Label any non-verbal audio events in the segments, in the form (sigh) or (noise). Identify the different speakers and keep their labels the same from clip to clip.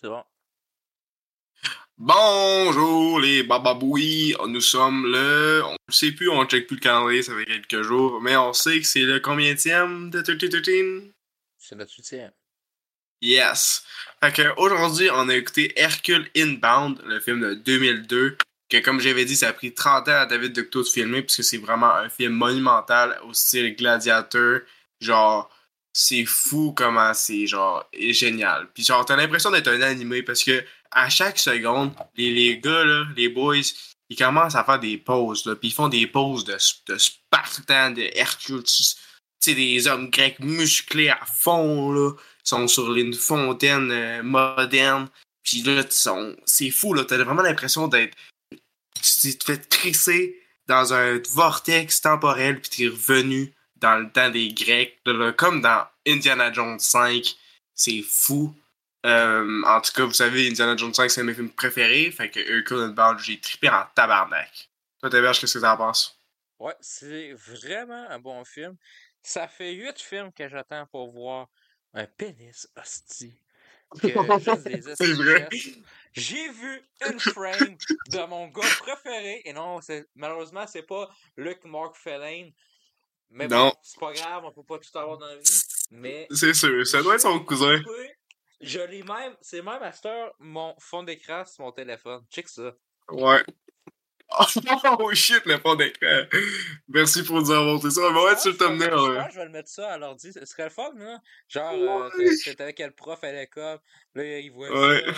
Speaker 1: C'est bon.
Speaker 2: Bonjour les bababouis, nous sommes le... On ne sait plus, on ne check plus le calendrier, ça fait quelques jours, mais on sait que c'est le combien de 13
Speaker 1: C'est notre soutien.
Speaker 2: Yes. Fait que aujourd'hui, on a écouté Hercule Inbound, le film de 2002, que comme j'avais dit, ça a pris 30 ans à David Ducto de filmer, puisque c'est vraiment un film monumental au style gladiateur. Genre, c'est fou comment c'est genre génial. Puis genre, t'as l'impression d'être un animé parce que à chaque seconde, les, les gars, là, les boys, ils commencent à faire des pauses. Là, puis ils font des pauses de, de Spartan, de Hercule, tu sais, des hommes grecs musclés à fond, là. Ils sont sur une fontaine euh, moderne. Puis là, ils sont... c'est fou, là. T'as vraiment l'impression d'être. Tu te fais crisser dans un vortex temporel, puis t'es revenu dans le temps des Grecs, là, comme dans Indiana Jones 5. C'est fou. Euh, en tout cas, vous savez, Indiana Jones 5, c'est un de mes films préférés. Fait que Hercule Inbound, j'ai trippé en tabarnak. Toi, Taberge, qu'est-ce que t'en penses?
Speaker 1: Ouais, c'est vraiment un bon film. Ça fait huit films que j'attends pour voir un pénis hostie.
Speaker 2: (laughs) C'est vrai.
Speaker 1: J'ai vu une frame de mon gars préféré. Et non, malheureusement, c'est pas Luc Mark Fellane. Mais
Speaker 2: Non.
Speaker 1: bon, c'est pas grave, on peut pas tout avoir dans la vie.
Speaker 2: (laughs)
Speaker 1: Mais
Speaker 2: C'est sûr, ça doit être son cousin.
Speaker 1: je l'ai même, c'est même à cette heure mon fond d'écran sur mon téléphone. Check ça.
Speaker 2: Ouais. Oh shit, le fond d'écran. Merci pour nous avoir montré ça. On va être sur le thumbnail.
Speaker 1: Ah,
Speaker 2: hein. Ah,
Speaker 1: Je
Speaker 2: ouais.
Speaker 1: pense que je vais le mettre ça à l'ordi. Ce serait le fun, non? Genre, euh, t'es- t'es avec le prof à l'école. Là, il voit
Speaker 2: Ouais.
Speaker 1: ça.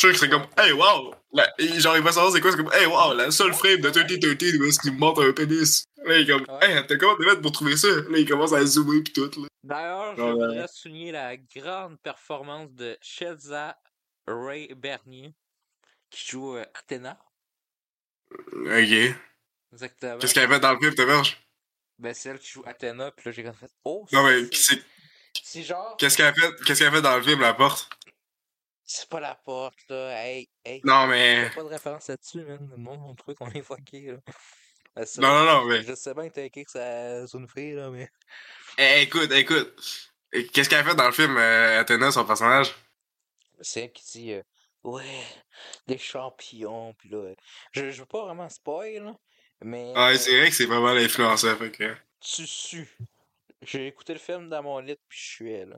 Speaker 2: Je suis sûr que c'est comme, hey wow! La- et genre, il va savoir c'est quoi, c'est comme, hey wow, la seule frame de 2013 où est-ce qu'il me montre un pénis. Là, il est comme, hey, t'as comment t'es fait pour trouver ça? Là, il commence à zoomer pis tout, là.
Speaker 1: D'ailleurs, je
Speaker 2: Ouais.
Speaker 1: voudrais souligner la grande performance de Shelza Ray Bernier, qui joue euh, Athéna.
Speaker 2: Ok.
Speaker 1: Exactement.
Speaker 2: Qu'est-ce qu'elle fait dans le film, Taberge?
Speaker 1: Ben, c'est elle qui joue Athéna, puis là, j'ai comme fait. Oh!
Speaker 2: Non, mais,
Speaker 1: c'est-
Speaker 2: pis c'est-
Speaker 1: C'est genre.
Speaker 2: qu'est-ce qu'elle fait, qu'est-ce qu'elle fait dans le film, la porte?
Speaker 1: C'est pas la porte, là. Hey, hey.
Speaker 2: Non,
Speaker 1: y
Speaker 2: mais,
Speaker 1: a pas de référence là-dessus, man. Le monde, mon (laughs) truc, on est fucké, là. Ben, ça,
Speaker 2: non, non, non, mais,
Speaker 1: Je sais bien que t'as écrit que ça zone free, là, mais.
Speaker 2: Eh, écoute, écoute. Et Qu'est-ce qu'elle fait dans le film, euh, Athéna, son personnage?
Speaker 1: C'est elle qui dit euh, Ouais, des champignons, puis là. euh, Je, je veux pas vraiment spoil, là, mais.
Speaker 2: Ouais,
Speaker 1: euh,
Speaker 2: Ah, c'est vrai que c'est pas mal influencé, fait que.
Speaker 1: Tu sues. J'ai écouté le film dans mon lit, puis je suis là.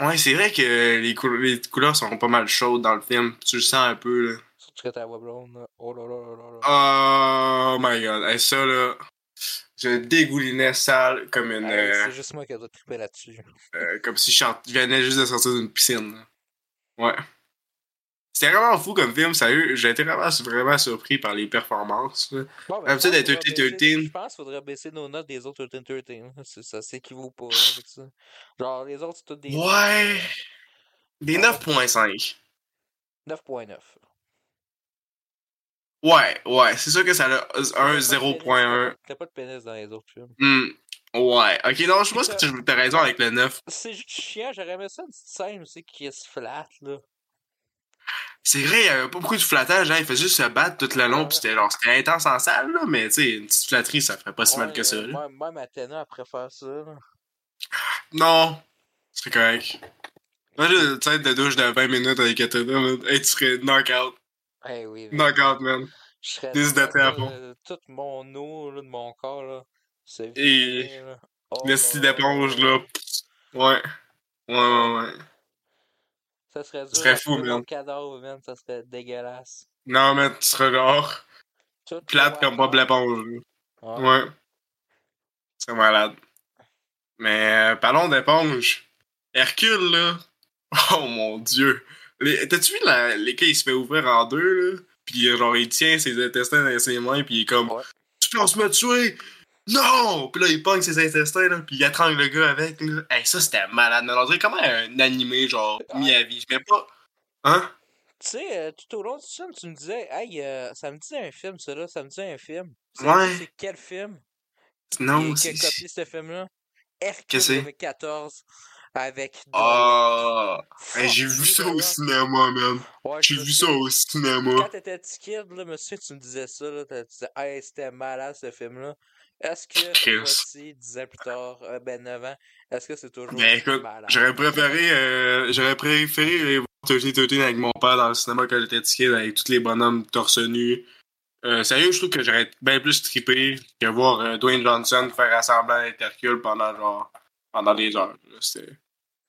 Speaker 2: Ouais, c'est vrai que les, cou- les couleurs sont pas mal chaudes dans le film. Tu le sens un peu, là.
Speaker 1: Surtout que ta voix blonde, là. Oh là là là là là.
Speaker 2: Ah, Oh my god, Hey, ça là, je dégoulinais sale comme une.
Speaker 1: Hey,
Speaker 2: euh,
Speaker 1: c'est juste moi qui dois triper là-dessus.
Speaker 2: euh, comme si je sort- je venais juste de sortir d'une piscine. là. Ouais. C'était vraiment fou comme film, sérieux. J'ai été vraiment, vraiment surpris par les performances. là.
Speaker 1: Bon, ben,
Speaker 2: Ah,
Speaker 1: je
Speaker 2: ça,
Speaker 1: pense
Speaker 2: d'être
Speaker 1: qu'il faudrait
Speaker 2: 13,
Speaker 1: baisser-
Speaker 2: 13.
Speaker 1: Je pense qu'il faudrait baisser nos notes des autres 13 13. là. C'est- Ça s'équivaut pas hein, avec ça. Genre, les autres, c'est toutes des.
Speaker 2: Ouais. Des 9.5.
Speaker 1: 9.9.
Speaker 2: Ouais, ouais, c'est sûr que ça a un
Speaker 1: T'as pas de pénis-
Speaker 2: 0.1.
Speaker 1: T'as pas de pénis dans les autres films.
Speaker 2: Hmm. Ouais, ok, non, je pense que tu as raison avec le 9.
Speaker 1: C'est juste chiant, j'aurais aimé ça une petite scène aussi qui se flatte, là.
Speaker 2: C'est vrai, il y avait pas beaucoup de flattage, hein. Il faisait juste se battre tout le long, pis c'était genre, c'était intense en salle, là, mais tu sais, une petite flatterie, ça ferait pas si mal
Speaker 1: Ouais,
Speaker 2: que ça,
Speaker 1: euh,
Speaker 2: là.
Speaker 1: Même, même Athéna, elle préfère ça, là.
Speaker 2: Non, c'est correct. Moi, j'ai une tête de douche de 20 minutes avec Athéna, man. Hey, tu serais knock-out.
Speaker 1: Eh oui. mais-
Speaker 2: Knock-out, man.
Speaker 1: Je serais
Speaker 2: Liste de
Speaker 1: dedans,
Speaker 2: terre,
Speaker 1: là, de- Toute euh, mon eau là, de mon corps, là. C'est
Speaker 2: Et-
Speaker 1: vidé, là. Oh,
Speaker 2: Le style
Speaker 1: là, là,
Speaker 2: d'éponge,
Speaker 1: là.
Speaker 2: là. Ouais. Ouais, ouais, ouais.
Speaker 1: Ça serait dur.
Speaker 2: serait
Speaker 1: à
Speaker 2: fou,
Speaker 1: trouver
Speaker 2: man.
Speaker 1: mon cadavre, man. Ça serait dégueulasse.
Speaker 2: Non, mais tu serais genre
Speaker 1: Tout
Speaker 2: plate comme Bob
Speaker 1: noir.
Speaker 2: l'éponge, là.
Speaker 1: Ouais.
Speaker 2: Ouais. C'est malade. Mais euh, parlons d'éponge. Hercule, là. (laughs) Oh mon dieu. Les- T'as-tu vu la... les gars, il se fait ouvrir en deux, là? Puis euh, genre, il tient ses intestins dans ses mains, puis il est comme.
Speaker 1: Ouais.
Speaker 2: Tu penses me tuer? Non! Puis là, il pogne ses intestins, là, puis il attrangle le gars avec, là. Hey, ça, c'était malade. Mais on dirait comment un animé, genre, mis à vie. Je mets pas. Hein?
Speaker 1: Tu sais, euh, tout au long du film, tu me disais, hey, euh, ça me dit un film, ça là, ça me dit un film. C'est-
Speaker 2: Ouais.
Speaker 1: C'est quel film
Speaker 2: Non,
Speaker 1: qui,
Speaker 2: c'est.
Speaker 1: qui a copié ce film-là Hercule
Speaker 2: Qu'est-ce que c'est?
Speaker 1: 2014 avec.
Speaker 2: Oh!
Speaker 1: Fuck,
Speaker 2: Hey, j'ai vu ça
Speaker 1: c'est
Speaker 2: au
Speaker 1: drôle.
Speaker 2: cinéma, man.
Speaker 1: Ouais,
Speaker 2: J'ai
Speaker 1: je
Speaker 2: vu
Speaker 1: sais.
Speaker 2: ça au cinéma.
Speaker 1: Quand t'étais petit kid, là, monsieur, tu me disais ça, là, t'as- tu disais, hey, c'était malade ce film-là. Est-ce que
Speaker 2: Chris.
Speaker 1: voici 10 ans plus tard, euh, ben 9 ans, est-ce que c'est toujours
Speaker 2: Ben, écoute,
Speaker 1: malade?
Speaker 2: J'aurais préféré, euh, j'aurais préféré aller voir Tony Totin avec mon père dans le cinéma quand j'étais ticket, avec tous les bonhommes torse nu. Euh, sérieux, je trouve que j'aurais bien plus trippé que voir euh, Dwayne Johnson faire semblant d'être Hercule pendant genre pendant des heures. là. C'était.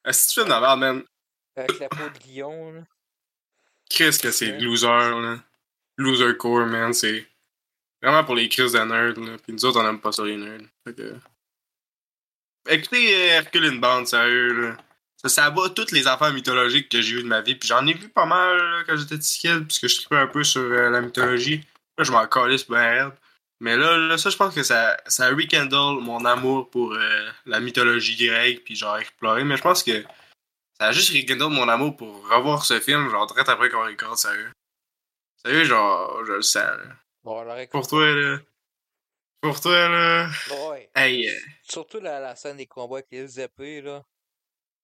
Speaker 2: Ah, Est-ce que tu fais de la merde, man?
Speaker 1: Avec la peau de Guillaume, là.
Speaker 2: Chris, que c'est loser, là. Loser core, man. C'est vraiment pour les crises de nerds, là. Puis nous autres, on aime pas ça, les nerds. Fait que... Écoutez, euh, Hercule une bande, sérieux, là. Ça, ça bat toutes les affaires mythologiques que j'ai eues de ma vie. Puis j'en ai vu pas mal, là, quand j'étais petit kid, puisque je tripais un peu sur euh, la mythologie. Là, je m'en calisse bien raide. Mais là, là, ça, je pense que ça, ça rekindle mon amour pour euh, la mythologie grecque, puis genre explorer. Mais je pense que ça a juste rekindle mon amour pour revoir ce film, genre, direct après qu'on regarde, sérieux. Sérieux, genre, je le sens, là.
Speaker 1: Bon, alors écoute,
Speaker 2: Pour toi, là. Pour toi, là.
Speaker 1: ouais.
Speaker 2: Hey, euh,
Speaker 1: Surtout la, la scène des combats avec les épées, là.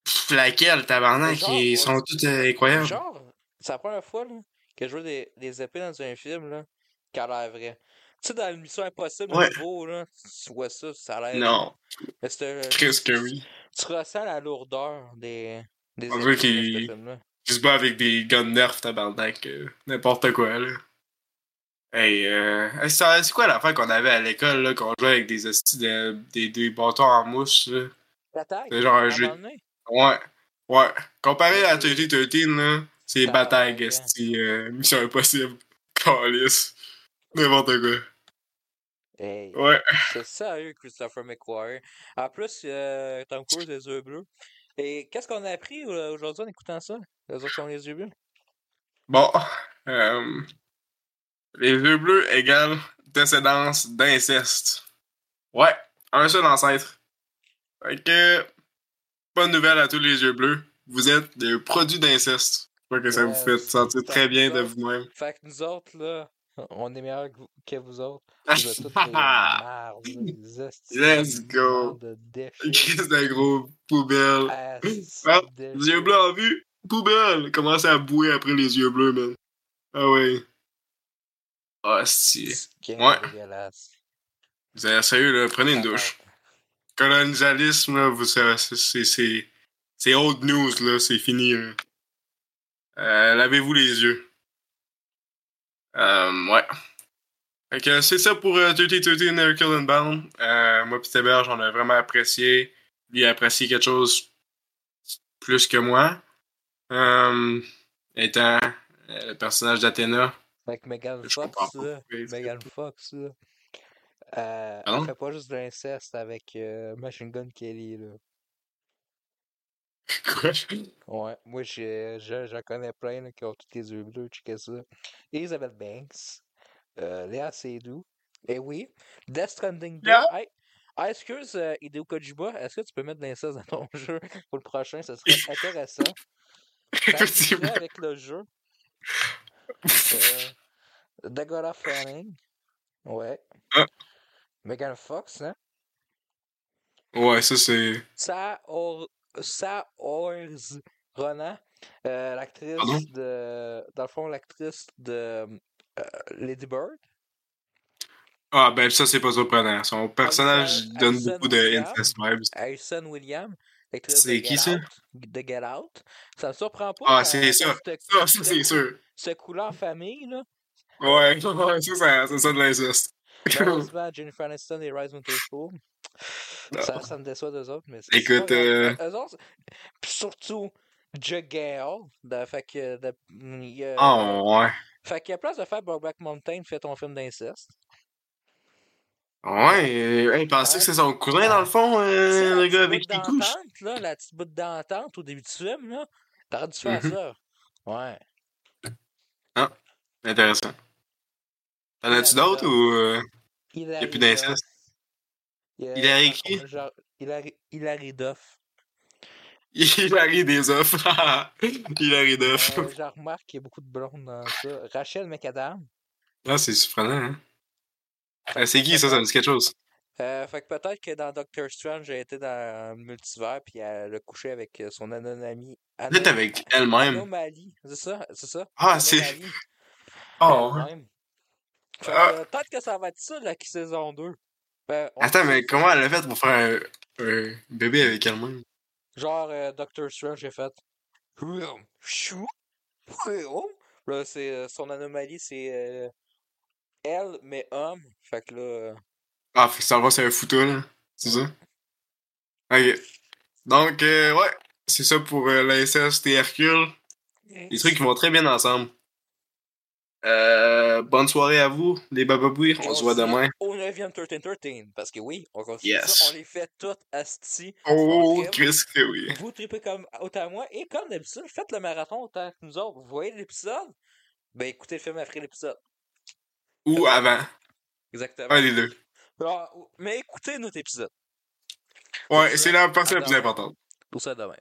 Speaker 2: pff, laquelle, tabarnak,
Speaker 1: Genre, ouais.
Speaker 2: ils sont tous euh, incroyables.
Speaker 1: Genre, c'est la première fois, là, que je vois des, des épées dans un film, là, qui a l'air vrai. Tu sais, dans l'émission Impossible,
Speaker 2: Ouais.
Speaker 1: le nouveau, là, tu vois ça, ça a l'air...
Speaker 2: Non,
Speaker 1: Mais c'est, euh,
Speaker 2: Chris Curry,
Speaker 1: tu ressens la lourdeur des... des
Speaker 2: On dirait
Speaker 1: épées dans
Speaker 2: qu'il-
Speaker 1: ce film-là.
Speaker 2: qui se bat avec des guns nerfs, tabarnak, euh, n'importe quoi, là. Hey, euh, hey, ça- c'est quoi l'affaire qu'on avait à l'école, là, qu'on jouait avec des, hosties de- des, des bâtons en mousse, là?
Speaker 1: La taille,
Speaker 2: C'est genre un
Speaker 1: à un
Speaker 2: jeu-
Speaker 1: moment donné.
Speaker 2: Ouais. Ouais. Comparé à 2013, là, c'est
Speaker 1: Ça
Speaker 2: bataille,
Speaker 1: va,
Speaker 2: Gesti, euh, Mission Impossible, (laughs) Calice, n'importe quoi.
Speaker 1: Hey,
Speaker 2: Ouais.
Speaker 1: c'est sérieux, Christopher McQuarrie. En plus, euh, Tom Cruise, les yeux bleus. Et qu'est-ce qu'on a appris euh, aujourd'hui en écoutant ça? Les autres qui ont les yeux bleus?
Speaker 2: Bon. euh, les yeux bleus égale descendance d'inceste. Ouais. Un seul ancêtre. Fait que, bonne nouvelle à tous les yeux bleus. Vous êtes des produits d'inceste. Je crois que ça vous
Speaker 1: Yes.
Speaker 2: fait sentir très bien de vous-même.
Speaker 1: Fait que nous autres, là, on est meilleurs que vous, que vous autres. Vous êtes toutes
Speaker 2: (laughs)
Speaker 1: des
Speaker 2: Haha!
Speaker 1: mardes, des hosties
Speaker 2: Let's
Speaker 1: de
Speaker 2: go.
Speaker 1: mardes de déchets.
Speaker 2: (laughs) Crise de gros poubelle.
Speaker 1: Asti
Speaker 2: Ah,
Speaker 1: de
Speaker 2: Les yeux
Speaker 1: déchets.
Speaker 2: bleus en vue, poubelle! Commencez à bouer après les yeux bleus, man. Ah ouais. Ah, si.
Speaker 1: Skin
Speaker 2: Ouais.
Speaker 1: dégueulasse.
Speaker 2: Vous avez sérieux, là, prenez une douche. Colonialisme, là, vous savez, c'est- c'est. c'est- C'est old news, là, c'est fini, là. Euh, Lavez-vous les yeux. Euh, ouais. Fait que c'est ça pour euh, 30-30 and Kill and Bound. Euh, moi pis Théberge, on a vraiment apprécié. Lui a apprécié quelque chose plus que moi. Euh, étant euh, le personnage d'Athéna.
Speaker 1: Fait que Megan
Speaker 2: Je
Speaker 1: Fox,
Speaker 2: comprends pas.
Speaker 1: là, Megan Fox, là, euh,
Speaker 2: Pardon?
Speaker 1: elle fait pas juste de l'inceste avec euh, Machine Gun Kelly, là.
Speaker 2: (laughs) Quoi?
Speaker 1: Ouais, moi j'ai, je- j'en connais plein là, qui ont tous les yeux bleus, checker ça. Elizabeth Banks, euh, Léa Seydoux, et oui, Death Stranding 2.
Speaker 2: Léa?
Speaker 1: Hey, hey, excuse euh, Hideo Kojima, est-ce que tu peux mettre de l'inceste dans ton (laughs) jeu pour le prochain? Ce serait
Speaker 2: (laughs)
Speaker 1: intéressant. Ça
Speaker 2: Effectivement.
Speaker 1: filerait avec le jeu. Euh, Dagora Fanning, ouais.
Speaker 2: Ah.
Speaker 1: Megan Fox, hein?
Speaker 2: Ouais, ça c'est.
Speaker 1: Saor... Saoirse Ronan, euh, l'actrice
Speaker 2: Pardon?
Speaker 1: de. Dans le fond, l'actrice de euh, Lady Bird.
Speaker 2: Ah, ben ça c'est pas surprenant. Son personnage
Speaker 1: Alison-
Speaker 2: donne
Speaker 1: Alison
Speaker 2: beaucoup de
Speaker 1: Williams.
Speaker 2: incest vibes.
Speaker 1: Harrison Williams, l'actrice de
Speaker 2: C'est
Speaker 1: Get
Speaker 2: qui, ça?
Speaker 1: Out, de Get Out. Ça me surprend pas.
Speaker 2: Ah,
Speaker 1: quand-
Speaker 2: c'est ça.
Speaker 1: quand
Speaker 2: Ça,
Speaker 1: Ce,
Speaker 2: ça c'est sûr.
Speaker 1: ce couleur en famille,
Speaker 2: (laughs)
Speaker 1: là.
Speaker 2: Ouais, ouais, ça, ça, ça, ça de l'inceste. Ben, (laughs)
Speaker 1: Malheureusement, ben, Jennifer Aniston et Rise Winterfall. Ça, ça me déçoit d'eux autres, mais c'est c'est
Speaker 2: Ah. Écoute,
Speaker 1: pas grave.
Speaker 2: euh,
Speaker 1: Eux autres, pis surtout, Jugale. de- Fait que. de- il y a-
Speaker 2: Oh, ouais.
Speaker 1: Fait qu'à place de faire Brokeback Mountain, fais ton film d'inceste.
Speaker 2: Ouais, euh, hey, pensez que c'est son cousin dans le fond,
Speaker 1: Tu sais,
Speaker 2: euh,
Speaker 1: la
Speaker 2: le
Speaker 1: petite
Speaker 2: gars avec
Speaker 1: bout
Speaker 2: qui il couche.
Speaker 1: d'entente, là, la petite bout d'entente au début du film, là. T'aurais dû faire
Speaker 2: Mhm.
Speaker 1: ça. Ouais.
Speaker 2: Intéressant. T'en as-tu d'autres ou euh, (laughs)
Speaker 1: Il euh,
Speaker 2: y a plus d'inceste?
Speaker 1: Il
Speaker 2: Hilary qui?
Speaker 1: Il a Ridoff.
Speaker 2: Il arrive des offres. (laughs) il arrive d'offres.
Speaker 1: Euh, Je remarque qu'il y a beaucoup de blondes dans ça. Rachel McAdam.
Speaker 2: Ah, c'est surprenant, hein. Euh, c'est qui ça, ça me dit quelque chose?
Speaker 1: Euh, fait que peut-être que dans Doctor Strange, j'ai été dans le multivers, puis elle a couché avec euh, son anonymie.
Speaker 2: Elle est avec elle-même.
Speaker 1: Anomalie, c'est ça? C'est ça?
Speaker 2: Ah, c'est.
Speaker 1: Anomalie.
Speaker 2: Oh, ouais.
Speaker 1: elle-même. Fait que,
Speaker 2: Ah.
Speaker 1: euh, Peut-être que ça va être ça, la saison 2. Ben, on-
Speaker 2: Oh. Attends, mais comment elle l'a fait pour faire un, un bébé avec elle-même?
Speaker 1: Genre, euh, Doctor Strange, j'ai fait. Vroom, chou, vroom. Là, c'est, euh, son anomalie, c'est euh, elle, mais homme. Fait que là, euh,
Speaker 2: Ah, faut savoir c'est un foutu, là. C'est ça? Ok. Donc, euh, ouais, c'est ça pour euh, l'inceste et Hercule. Des trucs qui vont très bien ensemble. Euh, bonne soirée à vous, les bababouis.
Speaker 1: Et
Speaker 2: On se voit
Speaker 1: dit
Speaker 2: demain.
Speaker 1: Au 9e 13-13, parce que oui, on construit
Speaker 2: Yes.
Speaker 1: ça, on les fait toutes
Speaker 2: (laughs)
Speaker 1: asti.
Speaker 2: Oh,
Speaker 1: on
Speaker 2: Chris, que oui.
Speaker 1: Vous tripez comme autant à moi, et comme d'habitude, faites le marathon autant que nous autres. Vous voyez l'épisode? Ben écoutez le film après l'épisode.
Speaker 2: Ou avant.
Speaker 1: Exactement.
Speaker 2: Un des deux.
Speaker 1: Alors, mais écoutez notre épisode.
Speaker 2: Ouais, c'est la partie la plus importante.
Speaker 1: Tout ça demain.